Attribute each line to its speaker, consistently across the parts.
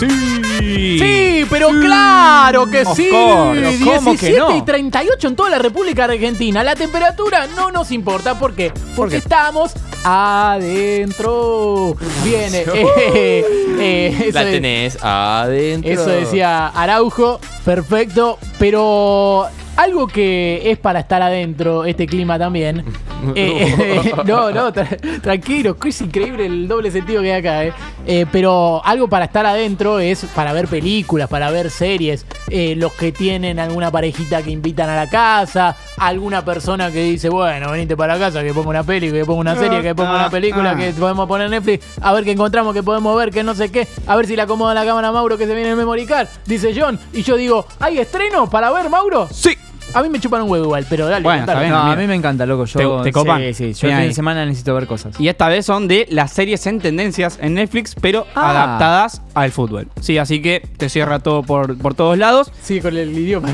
Speaker 1: Sí.
Speaker 2: Sí, pero claro que
Speaker 1: of
Speaker 2: sí.
Speaker 1: course, ¿cómo que
Speaker 2: 17
Speaker 1: no?
Speaker 2: y 38 en toda la República Argentina. La temperatura no nos importa. ¿Por qué? Porque
Speaker 1: qué?
Speaker 2: estamos adentro. Viene. eh,
Speaker 3: La tenés adentro.
Speaker 2: Eso decía Araujo, perfecto, pero algo que es para estar adentro, este clima también. eh, eh, no, no, tra- tranquilo, es increíble el doble sentido que hay acá. eh. Eh, pero algo para estar adentro es para ver películas, para ver series, eh, los que tienen alguna parejita que invitan a la casa, alguna persona que dice, bueno, venite para casa, que pongo una peli, que pongo una serie, que pongo una
Speaker 4: Ah.
Speaker 2: película, que podemos poner Netflix, a ver qué encontramos, que podemos ver, que no sé qué, a ver si le acomoda la cámara a Mauro que se viene el memory card, dice John, y yo digo, ¿hay estreno para ver, Mauro?
Speaker 1: Sí.
Speaker 2: A mí me chupan un huevo igual, pero dale,
Speaker 4: Bueno,
Speaker 2: contame.
Speaker 4: está bien.
Speaker 5: No, a
Speaker 4: mira.
Speaker 5: mí me encanta, loco. Yo,
Speaker 1: ¿Te- te copan?
Speaker 5: Sí, sí. Yo
Speaker 4: Bien
Speaker 5: el fin
Speaker 4: ahí.
Speaker 5: de semana necesito ver cosas.
Speaker 4: Y esta vez son de las series en tendencias en Netflix, pero
Speaker 5: Ah.
Speaker 4: adaptadas al fútbol. Sí, así que te cierra todo por, por todos lados.
Speaker 2: Sí, con el idioma.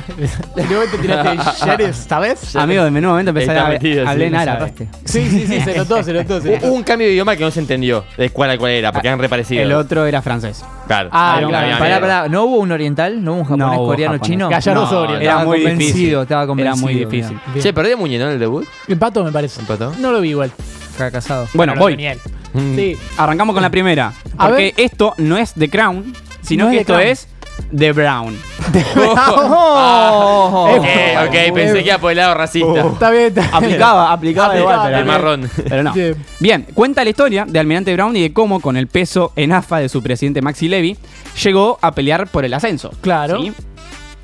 Speaker 2: Luego te tiraste Yares, ¿sabes?
Speaker 4: Amigo, de menudo momento empezar
Speaker 3: Está
Speaker 4: a
Speaker 3: metido, sí,
Speaker 4: hablar en
Speaker 5: nos
Speaker 4: árabe.
Speaker 5: agarraste.
Speaker 2: Sí, sí, sí, se notó, se notó. Se notó.
Speaker 3: Hubo un cambio de idioma que no se entendió de cuál a cuál era, porque han reparecido.
Speaker 4: El otro era francés.
Speaker 3: Claro.
Speaker 2: Ah,
Speaker 3: Había-
Speaker 2: claro.
Speaker 3: había-
Speaker 5: Pará, pará, ¿no hubo un oriental? ¿No hubo un japonés,
Speaker 4: hubo
Speaker 5: coreano,
Speaker 4: japonés.
Speaker 5: chino?
Speaker 2: Gallardo
Speaker 5: No,
Speaker 2: Osorio.
Speaker 5: Estaba
Speaker 4: Era muy
Speaker 5: convencido,
Speaker 4: difícil.
Speaker 5: estaba
Speaker 4: Era muy
Speaker 5: convencido,
Speaker 4: difícil.
Speaker 5: mira.
Speaker 2: Bien.
Speaker 3: Che, ¿perdió Muñe, no, el debut?
Speaker 2: Empató, me parece.
Speaker 3: ¿Empató?
Speaker 2: No lo vi igual.
Speaker 5: Fracasado.
Speaker 4: Bueno,
Speaker 2: Pero
Speaker 4: voy.
Speaker 2: genial.
Speaker 3: Mm.
Speaker 2: Sí.
Speaker 4: Arrancamos con la primera.
Speaker 2: A
Speaker 4: Porque
Speaker 2: ver.
Speaker 4: esto no es The Crown, sino
Speaker 2: No es
Speaker 4: que
Speaker 2: The
Speaker 4: esto
Speaker 2: Crown.
Speaker 4: es The Brown.
Speaker 5: Oh. oh,
Speaker 3: Eh, ok, pensé que iba por el lado racista.
Speaker 2: Está bien, está bien.
Speaker 4: Aplicaba, aplicaba
Speaker 2: Aplicaba,
Speaker 4: igual,
Speaker 3: El
Speaker 4: pero,
Speaker 2: aplicaba.
Speaker 3: marrón.
Speaker 4: pero no.
Speaker 2: Bien.
Speaker 4: Bien, cuenta la historia de Almirante Brown y de cómo, con el peso en AFA de su presidente Maxi Levy, llegó a pelear por el ascenso.
Speaker 2: Claro.
Speaker 4: ¿sí?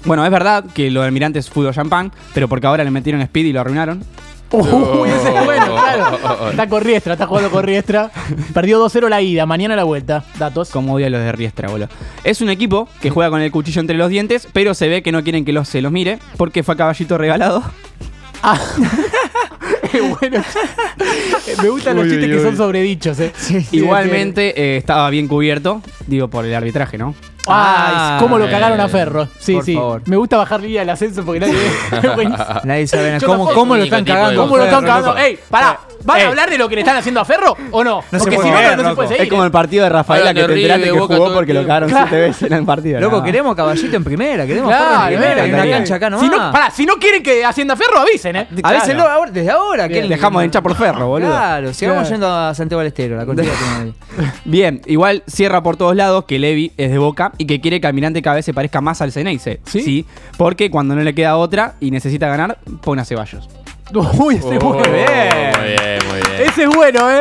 Speaker 4: Bueno, es verdad que lo de Almirante es fútbol champán, pero porque ahora le metieron speed y lo arruinaron.
Speaker 2: Uy, ese es bueno,
Speaker 3: Oh, oh, oh,
Speaker 2: claro.
Speaker 3: oh.
Speaker 2: Está con Riestra, está jugando con Riestra. Perdió 2-0 la ida, mañana la vuelta. Datos.
Speaker 4: Como odio a los de Riestra, boludo. Es un equipo que juega con el cuchillo entre los dientes, pero se ve que no quieren que los, se los mire porque fue a caballito regalado.
Speaker 2: Ah. Qué bueno. Me gustan los
Speaker 4: Uy, uy,
Speaker 2: chistes que son
Speaker 4: uy.
Speaker 2: sobredichos, eh. Sí,
Speaker 4: Igualmente eh, estaba bien cubierto, digo, por el arbitraje, ¿no?
Speaker 2: sí. Ay, cómo lo
Speaker 3: Ah,
Speaker 2: cagaron a
Speaker 3: eh,
Speaker 2: Ferro. Sí,
Speaker 5: por
Speaker 2: sí.
Speaker 5: favor.
Speaker 2: Me gusta bajar línea del ascenso porque nadie ve. Buenísimo.
Speaker 5: Nadie sabe
Speaker 2: Yo
Speaker 5: cómo,
Speaker 2: tampoco.
Speaker 5: cómo lo
Speaker 3: Único
Speaker 5: están
Speaker 3: tipo de
Speaker 5: cagando.
Speaker 2: ¿Cómo lo están
Speaker 5: Ferro,
Speaker 2: cagando?
Speaker 5: loco.
Speaker 2: ey, pará. ¿Van
Speaker 5: Ey.
Speaker 2: a hablar de lo que le están haciendo a Ferro o no?
Speaker 5: No se
Speaker 2: Porque
Speaker 5: puede
Speaker 2: si no,
Speaker 5: ver,
Speaker 2: no, se
Speaker 5: loco.
Speaker 2: puede
Speaker 5: Es
Speaker 2: seguir.
Speaker 4: Es como el partido de Rafaela
Speaker 3: Hablando
Speaker 4: que te
Speaker 3: de
Speaker 4: enteraste
Speaker 3: River,
Speaker 4: que
Speaker 3: Boca
Speaker 4: jugó
Speaker 3: todo
Speaker 4: porque
Speaker 3: el
Speaker 4: lo cagaron
Speaker 2: tiempo.
Speaker 4: siete veces en el partido.
Speaker 5: Loco,
Speaker 4: nada.
Speaker 5: queremos caballito en primera, queremos
Speaker 2: Claro,
Speaker 5: Ferro en primera, Ah.
Speaker 2: bien,
Speaker 5: en una
Speaker 2: bien.
Speaker 5: cancha acá nomás.
Speaker 2: Si no, pará, si no quieren que Hacienda Ferro, avisen, ¿eh?
Speaker 5: A veces no, ahora- desde ahora.
Speaker 2: Bien.
Speaker 5: que
Speaker 4: Dejamos de hinchar por Ferro, boludo.
Speaker 5: Claro, sigamos
Speaker 2: Claro.
Speaker 5: yendo a Santiago del Estero, la conchita de tu madre.
Speaker 4: Bien, igual cierra por todos lados que Levi es de Boca y que quiere que Almirante cada vez se parezca más al Ceneice.
Speaker 2: ¿Sí?
Speaker 4: Porque cuando no le queda otra y necesita ganar, pone a Ceballos.
Speaker 2: Uy, ese es
Speaker 3: Oh,
Speaker 2: bueno.
Speaker 3: Muy bien, muy bien.
Speaker 2: Ese es bueno, ¿eh?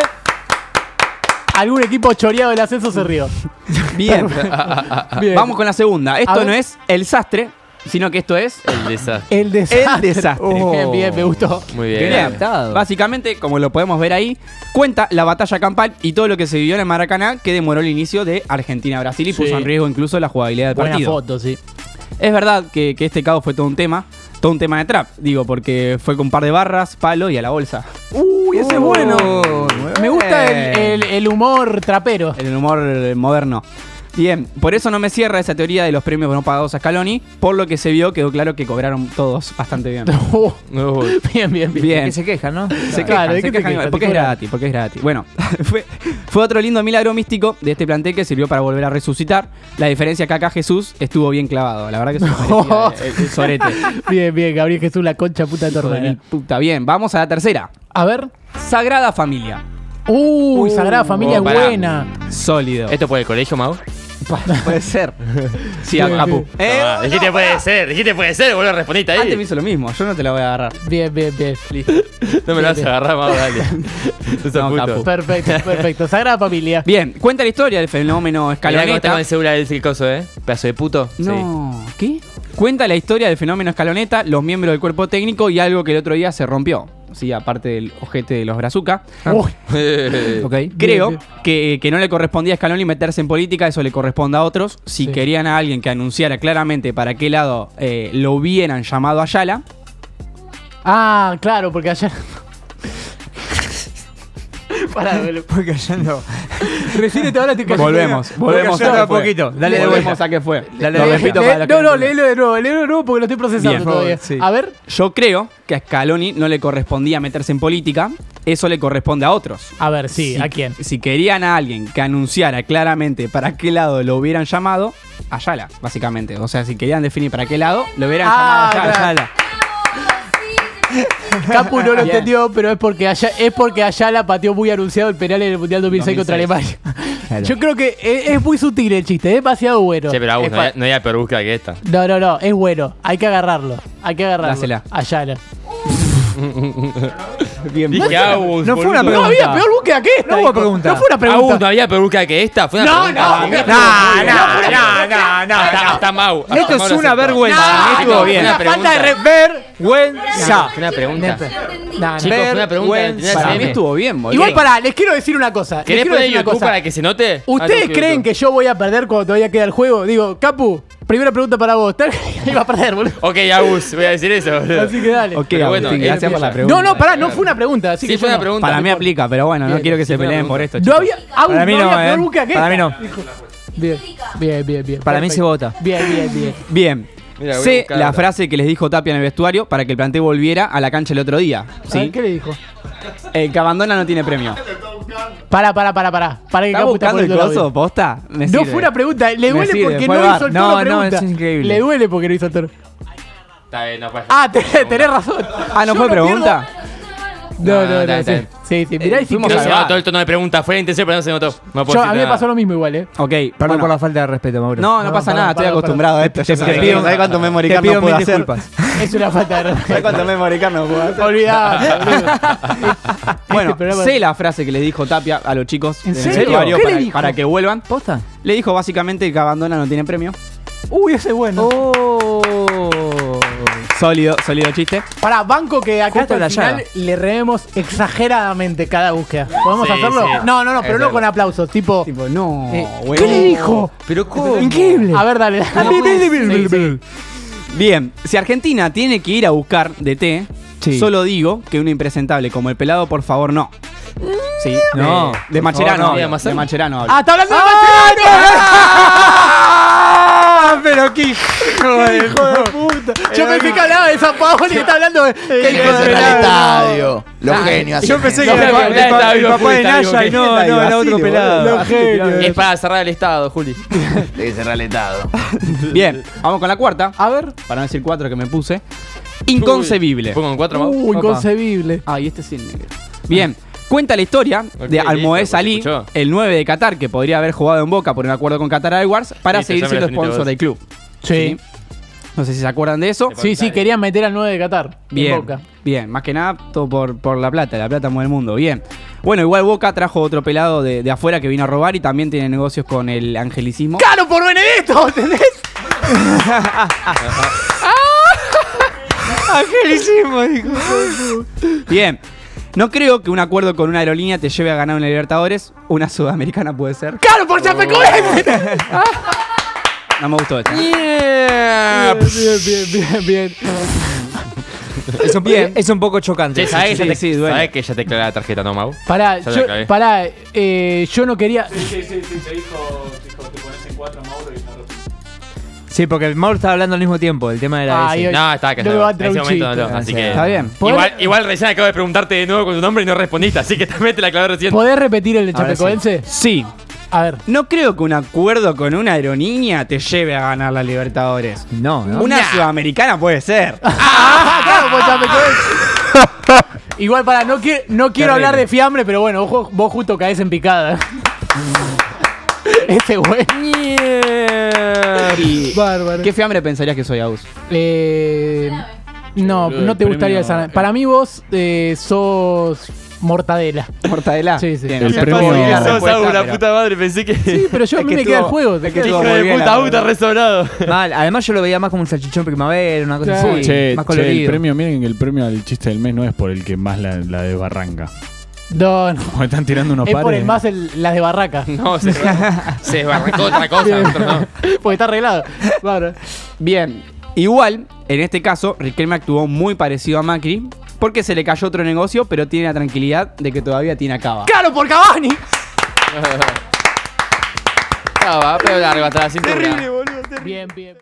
Speaker 2: Algún equipo choreado del ascenso se rió.
Speaker 4: Bien. ah,
Speaker 2: Bien.
Speaker 4: Vamos con la segunda. Esto
Speaker 2: ver.
Speaker 4: no es el sastre, sino que esto es
Speaker 3: El desastre.
Speaker 2: El desastre.
Speaker 4: el desastre.
Speaker 5: Oh.
Speaker 2: Bien, bien, me gustó.
Speaker 3: Muy
Speaker 5: Bien
Speaker 3: bien.
Speaker 5: adaptado.
Speaker 4: Básicamente, como lo podemos ver ahí, cuenta la batalla campal y todo lo que se vivió en el Maracaná que demoró el inicio de Argentina-Brasil y
Speaker 2: Sí.
Speaker 4: puso en riesgo incluso la jugabilidad del
Speaker 2: Buena
Speaker 4: partido.
Speaker 2: foto, sí.
Speaker 4: Es verdad que, que este caos fue todo un tema, todo un tema de trap, digo, porque fue con un par de barras, palo y a la bolsa.
Speaker 2: Uy, ese es bueno. Me gusta el,
Speaker 4: Bien.
Speaker 2: el- el humor trapero.
Speaker 4: En el humor eh, moderno. Bien, por eso no me cierra esa teoría de los premios no pagados a Scaloni, por lo que se vio quedó claro que cobraron todos bastante bien.
Speaker 2: Oh,
Speaker 3: Uy.
Speaker 2: bien, bien, bien.
Speaker 4: Bien.
Speaker 5: Que se quejan, ¿no?
Speaker 4: Se quejan,
Speaker 2: Claro, ¿de
Speaker 4: se
Speaker 2: qué te quejas?
Speaker 4: quejan igual,
Speaker 2: Te
Speaker 4: porque es
Speaker 2: cobran.
Speaker 4: gratis, porque es gratis. Bueno, fue, fue otro lindo milagro místico de este plantel que sirvió para volver a resucitar. La diferencia que acá Jesús estuvo bien clavado. La verdad que es eh, un sorete.
Speaker 2: Bien, bien, Gabriel Jesús, la concha puta de tu
Speaker 4: Hijo de
Speaker 2: hermana.
Speaker 4: mil puta. Bien, vamos a la tercera.
Speaker 2: A ver.
Speaker 4: Sagrada Familia. Uh,
Speaker 2: Uy, Sagrada Familia
Speaker 3: oh,
Speaker 2: es
Speaker 3: pará.
Speaker 2: buena.
Speaker 4: Sólido.
Speaker 3: ¿Esto fue el colegio, Mau?
Speaker 4: puede ser. Sí,
Speaker 2: Sí,
Speaker 4: a Capu.
Speaker 2: sí.
Speaker 4: Eh,
Speaker 3: Ah, dijiste eh. puede ser, dijiste puede ser, boludo, respondiste
Speaker 4: Antes me
Speaker 3: ahí.
Speaker 4: hizo lo mismo, yo no te la voy a agarrar.
Speaker 2: Bien, bien, bien.
Speaker 4: Listo.
Speaker 3: No me lo vas a agarrar, Mau, dale. No seas
Speaker 4: No,
Speaker 3: puto.
Speaker 4: capo.
Speaker 2: Perfecto, perfecto. Sagrada Familia.
Speaker 4: Bien, cuenta la historia del fenómeno
Speaker 3: Mirá cómo estaba
Speaker 4: escaloneta.
Speaker 3: en segura el coso, ¿eh? Pedazo de puto.
Speaker 4: No, ¿qué? Cuenta la historia del fenómeno escaloneta, los miembros del cuerpo técnico y algo que el otro día se rompió. Sí, aparte del ojete de los brazucas.
Speaker 2: Uy,
Speaker 3: Sí.
Speaker 5: Ok.
Speaker 4: Creo
Speaker 2: Ah, bien.
Speaker 4: Que, que no le correspondía a Scaloni meterse en política, eso le corresponde a otros. Si
Speaker 2: Sí.
Speaker 4: querían a alguien que anunciara claramente para qué lado eh, lo hubieran llamado a Ayala,
Speaker 2: Ah, claro, porque ayer. Pará, boludo.
Speaker 5: Porque allá no.
Speaker 2: Recién te hablaste casi.
Speaker 4: Volvemos, volvemos.
Speaker 5: ayer
Speaker 4: a que
Speaker 5: era
Speaker 4: fue.
Speaker 5: poquito. Dale de
Speaker 4: Volvemos
Speaker 5: vuelta.
Speaker 4: a que fue.
Speaker 5: Dale
Speaker 4: Lo
Speaker 5: de
Speaker 2: Eh,
Speaker 4: repito
Speaker 2: le-
Speaker 4: para los que
Speaker 2: no, no,
Speaker 4: entendieron.
Speaker 2: léelo de nuevo, léelo de nuevo porque lo estoy procesando
Speaker 4: Bien.
Speaker 2: todavía.
Speaker 5: Sí.
Speaker 2: A ver,
Speaker 4: Yo creo que a Scaloni no le correspondía meterse en política, eso le corresponde a otros.
Speaker 2: a ver, sí,
Speaker 4: Si-
Speaker 2: ¿a quién?
Speaker 4: Si querían a alguien que anunciara claramente para qué lado lo hubieran llamado, Ayala, básicamente. O sea, si querían definir para qué lado, lo hubieran
Speaker 2: Ah,
Speaker 4: llamado Ayala.
Speaker 2: claro.
Speaker 4: Ayala.
Speaker 2: Capu no lo
Speaker 4: Bien.
Speaker 2: entendió, pero es porque allá es porque Ayala pateó muy anunciado el penal en el Mundial 2006, contra
Speaker 4: 2006.
Speaker 2: Alemania.
Speaker 4: Claro.
Speaker 2: Yo creo que es, es muy sutil el chiste, es demasiado bueno.
Speaker 3: Che, pero ¿eh? Agus,
Speaker 2: Es
Speaker 3: no
Speaker 2: pa-
Speaker 3: hay, no hay peor búsqueda que esta.
Speaker 2: no, no, no, es bueno. Hay que agarrarlo. Hay que agarrarlo.
Speaker 4: Dásela.
Speaker 2: Ayala.
Speaker 4: Bien,
Speaker 3: Dije ah, Agus.
Speaker 5: No fue una
Speaker 3: boludo.
Speaker 2: No
Speaker 5: pregunta.
Speaker 2: había peor búsqueda que esta.
Speaker 5: No hubo
Speaker 2: hijo.
Speaker 5: pregunta.
Speaker 2: No fue una
Speaker 3: Agus, no
Speaker 2: pregunta.
Speaker 3: había peor búsqueda que esta. Fue una
Speaker 2: No,
Speaker 3: pregunta.
Speaker 2: no,
Speaker 3: Hasta-
Speaker 5: No, no, no, no, no.
Speaker 3: Hasta, hasta Mau. hasta
Speaker 5: Esto
Speaker 3: Mau
Speaker 5: es
Speaker 3: lo
Speaker 5: una
Speaker 3: aceptó.
Speaker 5: vergüenza.
Speaker 2: Ah,
Speaker 3: Estuvo
Speaker 2: no,
Speaker 3: bien.
Speaker 2: Una
Speaker 3: Una
Speaker 2: falta de
Speaker 3: pregunta.
Speaker 2: rever.
Speaker 5: Vergüenza.
Speaker 3: Fue una pregunta.
Speaker 2: Nah,
Speaker 3: Chicos, fue una pregunta. de
Speaker 5: Vergüenza.
Speaker 4: Para mí
Speaker 3: TNT.
Speaker 4: estuvo bien, boludo.
Speaker 2: Igual para, les quiero decir una cosa. Les
Speaker 3: ¿Querés
Speaker 2: quiero
Speaker 3: poner
Speaker 2: decir una
Speaker 3: YouTube
Speaker 2: cosa.
Speaker 3: para que se note?
Speaker 2: ¿Ustedes creen que yo voy a perder cuando todavía queda el juego? Digo, Capu, primera pregunta para vos. Iba a perder, boludo.
Speaker 3: Ok, Agus, voy a decir eso. boludo.
Speaker 2: Así que dale.
Speaker 4: Ok,
Speaker 3: Pero
Speaker 4: Agustín,
Speaker 3: bueno, él
Speaker 4: gracias por la
Speaker 3: empieza.
Speaker 4: pregunta.
Speaker 2: No, no, pará, no fue una pregunta. Así
Speaker 3: Sí,
Speaker 2: que
Speaker 3: fue
Speaker 2: yo
Speaker 3: una pregunta.
Speaker 4: Para mí aplica, pero bueno, no
Speaker 2: Bien,
Speaker 4: quiero que
Speaker 3: sí,
Speaker 4: se
Speaker 3: fue una
Speaker 4: peleen
Speaker 3: pregunta.
Speaker 4: por esto.
Speaker 2: No, no
Speaker 4: chicos.
Speaker 2: había. Agus,
Speaker 5: Para mí
Speaker 2: no,
Speaker 5: no,
Speaker 2: había peor
Speaker 5: eh.
Speaker 2: búsqueda que
Speaker 5: Para
Speaker 2: esta.
Speaker 5: mí
Speaker 2: Bien, bien, bien. bien
Speaker 5: Para mí
Speaker 2: perfecto.
Speaker 5: se vota.
Speaker 2: Bien, bien, bien.
Speaker 4: Bien.
Speaker 3: Mira, voy a
Speaker 4: sé
Speaker 3: buscar
Speaker 4: la
Speaker 3: ahora.
Speaker 4: frase que les dijo Tapia en el vestuario para que el plantel volviera a la cancha el otro día.
Speaker 2: A
Speaker 3: Ah,
Speaker 2: ver,
Speaker 4: ¿sí?
Speaker 2: ¿Qué le dijo?
Speaker 4: El que abandona no tiene premio.
Speaker 2: Pará, pará, pará, pará. Para que
Speaker 4: ¿Está
Speaker 2: Capu está
Speaker 4: buscando el
Speaker 2: poniendo la
Speaker 4: coso?
Speaker 2: audio.
Speaker 4: ¿Posta? Me
Speaker 2: No
Speaker 4: sirve.
Speaker 2: fue una pregunta, le
Speaker 4: Me
Speaker 2: duele
Speaker 4: sirve,
Speaker 2: porque
Speaker 4: fue
Speaker 2: no
Speaker 4: al bar.
Speaker 2: hizo el
Speaker 5: No,
Speaker 2: toro
Speaker 5: no,
Speaker 2: pregunta.
Speaker 5: es increíble.
Speaker 2: Le duele porque no hizo el toro.
Speaker 3: Está bien, no fue-
Speaker 2: Ah, tenés, tenés razón.
Speaker 4: Ah, ¿no
Speaker 2: Yo
Speaker 4: fue
Speaker 2: pierdo-
Speaker 4: pregunta?
Speaker 2: No,
Speaker 3: No, está
Speaker 2: no, no.
Speaker 3: bien,
Speaker 2: sí.
Speaker 3: está bien.
Speaker 2: Sí, sí, mirá
Speaker 4: Eh,
Speaker 2: y
Speaker 4: fuimos
Speaker 3: No
Speaker 2: que-
Speaker 3: se notó el tono de pregunta. Fue intención, pero no se notó. No puedo
Speaker 2: Yo,
Speaker 3: decir
Speaker 2: a mí me
Speaker 3: nada.
Speaker 2: pasó lo mismo igual, eh.
Speaker 4: Ok,
Speaker 5: Perdón
Speaker 4: bueno.
Speaker 5: por la falta de respeto, Mauro.
Speaker 4: No, no pasa
Speaker 2: perdón,
Speaker 4: nada, estoy
Speaker 2: perdón,
Speaker 4: acostumbrado a esto.
Speaker 5: Te
Speaker 4: Yo sé
Speaker 5: pido-
Speaker 4: que- ¿Sabés cuánto memory
Speaker 5: Te
Speaker 4: card no
Speaker 5: pido
Speaker 4: puedo
Speaker 5: mil
Speaker 4: hacer?
Speaker 5: disculpas.
Speaker 2: Es una falta de
Speaker 4: ¿Sabés
Speaker 2: respeto.
Speaker 4: cuánto memory card no puedo hacer?
Speaker 2: Olvidado.
Speaker 4: Bueno, sé la frase que le dijo Tapia a los chicos
Speaker 2: ¿En
Speaker 4: del
Speaker 2: serio?
Speaker 4: vestuario
Speaker 2: ¿Qué le
Speaker 4: para,
Speaker 2: dijo?
Speaker 4: para que vuelvan.
Speaker 5: ¿Posta?
Speaker 4: Le dijo básicamente que abandona no tiene premio.
Speaker 2: Uy, ese es bueno.
Speaker 5: Oh.
Speaker 4: Sólido, sólido chiste.
Speaker 2: Para banco que acá hasta
Speaker 5: Justo en la
Speaker 2: el final
Speaker 5: llaga.
Speaker 2: le reemos exageradamente cada búsqueda. ¿Podemos
Speaker 3: Sí,
Speaker 2: hacerlo?
Speaker 3: sí.
Speaker 2: No, no, no, pero
Speaker 3: Es
Speaker 2: no
Speaker 3: verdad.
Speaker 2: con aplausos, tipo.
Speaker 4: Tipo, no,
Speaker 2: eh,
Speaker 4: güey.
Speaker 2: ¿Qué le dijo?
Speaker 5: Pero cómo.
Speaker 2: A ver, dale. dale. Sí,
Speaker 5: pues,
Speaker 2: sí.
Speaker 4: Bien, si Argentina tiene que ir a buscar DT,
Speaker 5: Sí.
Speaker 4: solo digo que un impresentable como el pelado, por favor, no. Sí,
Speaker 5: No,
Speaker 4: de,
Speaker 5: por
Speaker 4: de Macherano.
Speaker 5: favor, no.
Speaker 4: hablo,
Speaker 3: Voy a
Speaker 4: de
Speaker 3: hacer-
Speaker 4: Macherano hablo.
Speaker 2: Ah, está hablando de Mascherano.
Speaker 5: Ah, pero qué hijo de
Speaker 2: puta. Yo pensé que hablaba de San Paolo y está hablando de. ¿Qué
Speaker 1: Que
Speaker 2: hijo de
Speaker 1: al
Speaker 2: la-
Speaker 1: estadio. Los genios. así
Speaker 5: Yo pensé que
Speaker 3: No,
Speaker 5: era
Speaker 3: no,
Speaker 5: el
Speaker 3: no, está
Speaker 5: papá- el
Speaker 3: vivo,
Speaker 5: papá de
Speaker 3: está vivo,
Speaker 5: Naya y
Speaker 3: que-
Speaker 5: no,
Speaker 4: está
Speaker 5: no,
Speaker 4: vivo,
Speaker 5: era
Speaker 4: así,
Speaker 5: otro
Speaker 4: boludo.
Speaker 5: pelado.
Speaker 4: Así te tiraron.
Speaker 3: Es para cerrar el estado, Juli.
Speaker 1: Le dicen reletado.
Speaker 4: Bien, vamos con la cuarta.
Speaker 2: A ver.
Speaker 4: Para no decir cuatro que me puse. Inconcebible.
Speaker 3: Pongo en cuatro, Mau.
Speaker 2: Uh, inconcebible.
Speaker 4: Ay, este sí. negro. Bien. Cuenta la historia
Speaker 3: Ok,
Speaker 4: de
Speaker 3: listo, pues,
Speaker 4: Almoez
Speaker 3: porque
Speaker 4: Ali,
Speaker 3: escuchó.
Speaker 4: el 9 de Qatar, que podría haber jugado en Boca por un acuerdo con Qatar Airways para
Speaker 3: Listo,
Speaker 4: seguir
Speaker 3: ya me lo
Speaker 4: siendo
Speaker 3: definiste
Speaker 4: sponsor
Speaker 3: vos.
Speaker 4: del club.
Speaker 2: Sí.
Speaker 4: No sé si se acuerdan de eso.
Speaker 2: Sí, sí, querían meter al 9 de Qatar. en
Speaker 4: Bien,
Speaker 2: Boca.
Speaker 4: bien, más que nada todo por, por la plata, la plata mueve el mundo, bien. Bueno, igual Boca trajo otro pelado de, de afuera que vino a robar y también tiene negocios con el angelicismo.
Speaker 2: ¡Caro por Benedetto! ¿Entendés?
Speaker 5: Angelicismo, dijo.
Speaker 4: Bien, no creo que un acuerdo con una aerolínea te lleve a ganar una Libertadores, una Sudamericana puede ser.
Speaker 2: ¡Caro por Chapecoense!
Speaker 4: No me gustó esto.
Speaker 3: Yeah.
Speaker 2: Bien, bien, bien, bien.
Speaker 5: Es un,
Speaker 4: Bien.
Speaker 5: es un poco chocante.
Speaker 3: Che, ¿sabés que,
Speaker 4: Sí,
Speaker 3: ya te-
Speaker 4: sí, duele.
Speaker 3: sabés que ya te clara la tarjeta, no, Mau?
Speaker 2: Pará,
Speaker 3: Ya la acabé.
Speaker 2: yo, pará, eh, yo no quería.
Speaker 5: Sí, porque el Mauro estaba hablando al mismo tiempo, el tema de la
Speaker 2: Ay,
Speaker 5: S.
Speaker 2: hoy-
Speaker 3: No, estaba
Speaker 2: no
Speaker 3: callado.
Speaker 2: me va a
Speaker 3: en ese
Speaker 2: entrar un
Speaker 3: momento no,
Speaker 2: chiste.
Speaker 3: no, así
Speaker 5: Ah,
Speaker 3: que.
Speaker 4: Está bien.
Speaker 2: ¿Podés-
Speaker 3: Igual, igual recién acabo de preguntarte de nuevo con tu nombre y no respondiste, así que también te la clavé recién.
Speaker 2: ¿Podés repetir el de
Speaker 5: Ahora sí.
Speaker 2: Chapecoense?
Speaker 4: Sí,
Speaker 2: A ver.
Speaker 4: no creo que un acuerdo con una aerolínea te lleve a ganar la Libertadores.
Speaker 5: No, no.
Speaker 4: Una Sudamericana puede ser.
Speaker 2: Ah, Claro, pues por Chapecoense. Igual, pará, no, qui- no quiero
Speaker 5: Terrible.
Speaker 2: hablar de fiambre, pero bueno, vos, vos justo caes en picada. Ese güey.
Speaker 4: Y-
Speaker 2: Bárbaro.
Speaker 4: ¿Qué fiambre pensarías que soy, Agus?
Speaker 2: Eh, no, no te gustaría el San Para mí vos eh, sos mortadela.
Speaker 4: Mortadela.
Speaker 2: Sí, sí.
Speaker 4: Bien,
Speaker 2: El
Speaker 4: o sea,
Speaker 3: Qué
Speaker 4: fue
Speaker 3: fácil
Speaker 4: bien
Speaker 3: que
Speaker 4: la
Speaker 3: sos,
Speaker 4: respuesta,
Speaker 3: Agus, la
Speaker 4: pero-
Speaker 3: puta madre, pensé que. este
Speaker 2: Sí, pero yo a
Speaker 4: Es
Speaker 2: mí
Speaker 4: que
Speaker 2: me queda el
Speaker 4: estuvo-
Speaker 2: juego.
Speaker 4: es que
Speaker 3: Hijo
Speaker 4: estuvo muy
Speaker 3: de
Speaker 4: bien
Speaker 3: puta,
Speaker 4: la-
Speaker 3: Agus, está resobrado.
Speaker 5: Mal. Además, yo lo veía más como un salchichón primavera, una cosa
Speaker 2: Claro.
Speaker 5: así.
Speaker 6: Che,
Speaker 5: más
Speaker 6: che, el
Speaker 5: colorido.
Speaker 6: premio, miren que el premio al chiste del mes no es por el que más la, la desbarranca.
Speaker 2: No, no.
Speaker 6: Porque están tirando unos
Speaker 2: Es
Speaker 6: pares.
Speaker 2: por el más el- las de Barraca.
Speaker 3: No, se, se desbarrancó otra cosa. otro no.
Speaker 2: Porque está arreglado. Bárbaro.
Speaker 4: Bien. Igual, en este caso, Riquelme actuó muy parecido a Macri porque se le cayó otro negocio, pero tiene la tranquilidad de que todavía tiene acaba.
Speaker 2: ¡Caro por Cavani!
Speaker 3: Estaba, pero largo, hasta la cintura.
Speaker 2: Bien, bien.